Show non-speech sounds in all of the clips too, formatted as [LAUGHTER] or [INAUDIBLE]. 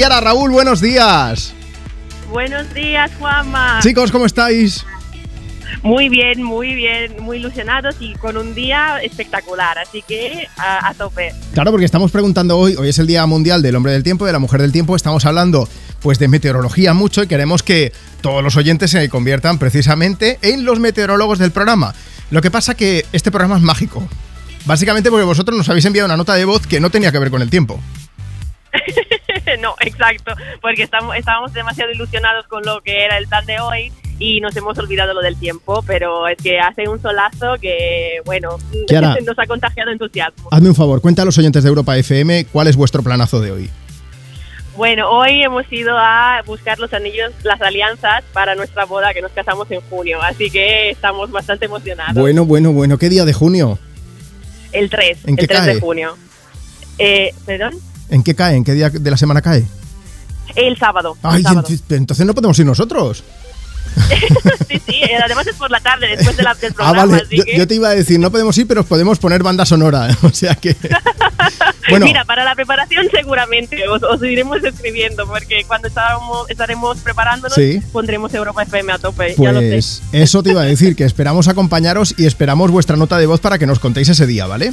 Yara, Raúl, buenos días. Buenos días, Juanma. Chicos, ¿cómo estáis? Muy bien, muy bien, muy ilusionados y con un día espectacular, así que a, a tope. [LAUGHS] Claro, porque estamos preguntando hoy, hoy es el Día Mundial del Hombre del Tiempo y de la Mujer del Tiempo, estamos hablando pues de meteorología mucho y queremos que todos los oyentes se conviertan precisamente en los meteorólogos del programa. Lo que pasa que este programa es mágico. Básicamente porque vosotros nos habéis enviado una nota de voz que no tenía que ver con el tiempo. no, exacto, porque estamos, estábamos demasiado ilusionados con lo que era el plan de hoy y nos hemos olvidado lo del tiempo, pero es que hace un solazo que, bueno, Kiara. [LAUGHS] nos ha contagiado entusiasmo. Hazme un favor, cuenta a los oyentes de Europa FM cuál es vuestro planazo de hoy. Bueno, hoy hemos ido a buscar los anillos, las alianzas para nuestra boda que nos casamos en junio, así que estamos bastante emocionados. Bueno, bueno, bueno, ¿qué día de junio? el 3, ¿En qué el 3 cae? de junio. Eh, ¿Perdón? ¿En qué cae? ¿En qué día de la semana cae? El sábado. el Ay, sábado. ent- entonces no podemos ir nosotros. [LAUGHS] sí, sí, eh, además es por la tarde, después de la, del Ah, programa, vale. así Yo, que... yo te iba a decir, no podemos ir, pero os podemos poner banda sonora. [LAUGHS] O sea [LAUGHS] que. Bueno, Mira, para la preparación seguramente os, os iremos escribiendo, porque cuando estábamos, estaremos preparándonos Sí. pondremos Europa FM a tope, ya lo sé. pues eso te iba a decir, que esperamos acompañaros y esperamos vuestra nota de voz para que nos contéis ese día, ¿vale?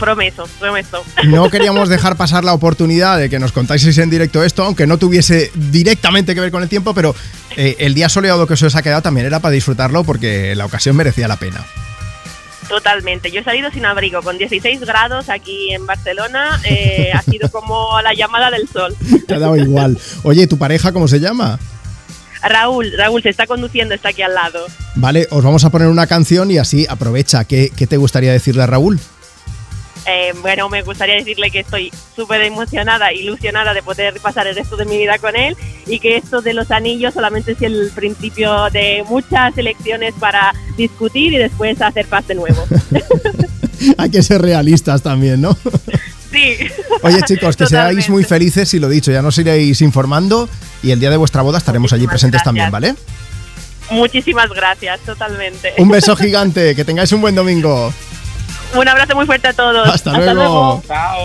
Promeso, promeso. No queríamos dejar pasar la oportunidad de que nos contáis en directo esto, aunque no tuviese directamente que ver con el tiempo, pero eh, el día soleado que se os ha quedado también era para disfrutarlo porque la ocasión merecía la pena. [LAUGHS] Totalmente. Yo he salido sin abrigo, con 16 grados aquí en Barcelona, eh, ha sido como la llamada del sol. Te ha dado igual. Oye, ¿tu pareja cómo se llama? Raúl, Raúl se está conduciendo, está aquí al lado. Vale, os vamos a poner una canción y así aprovecha. ¿Qué, qué te gustaría decirle a Raúl? Eh, bueno, me gustaría decirle que estoy súper emocionada, ilusionada de poder pasar el resto de mi vida con él y que esto de los anillos solamente es el principio de muchas elecciones para discutir y después hacer paz [LAUGHS] de nuevo. Hay que ser realistas también, ¿no? Sí. [LAUGHS] Oye, chicos, que seáis Totalmente. muy felices y lo dicho, ya nos iréis informando y el día de vuestra boda estaremos allí Muchísimas presentes también, gracias. ¿vale? Muchísimas gracias, totalmente. Un beso gigante, que tengáis un buen domingo. Un abrazo muy fuerte a todos. Hasta luego. Chao.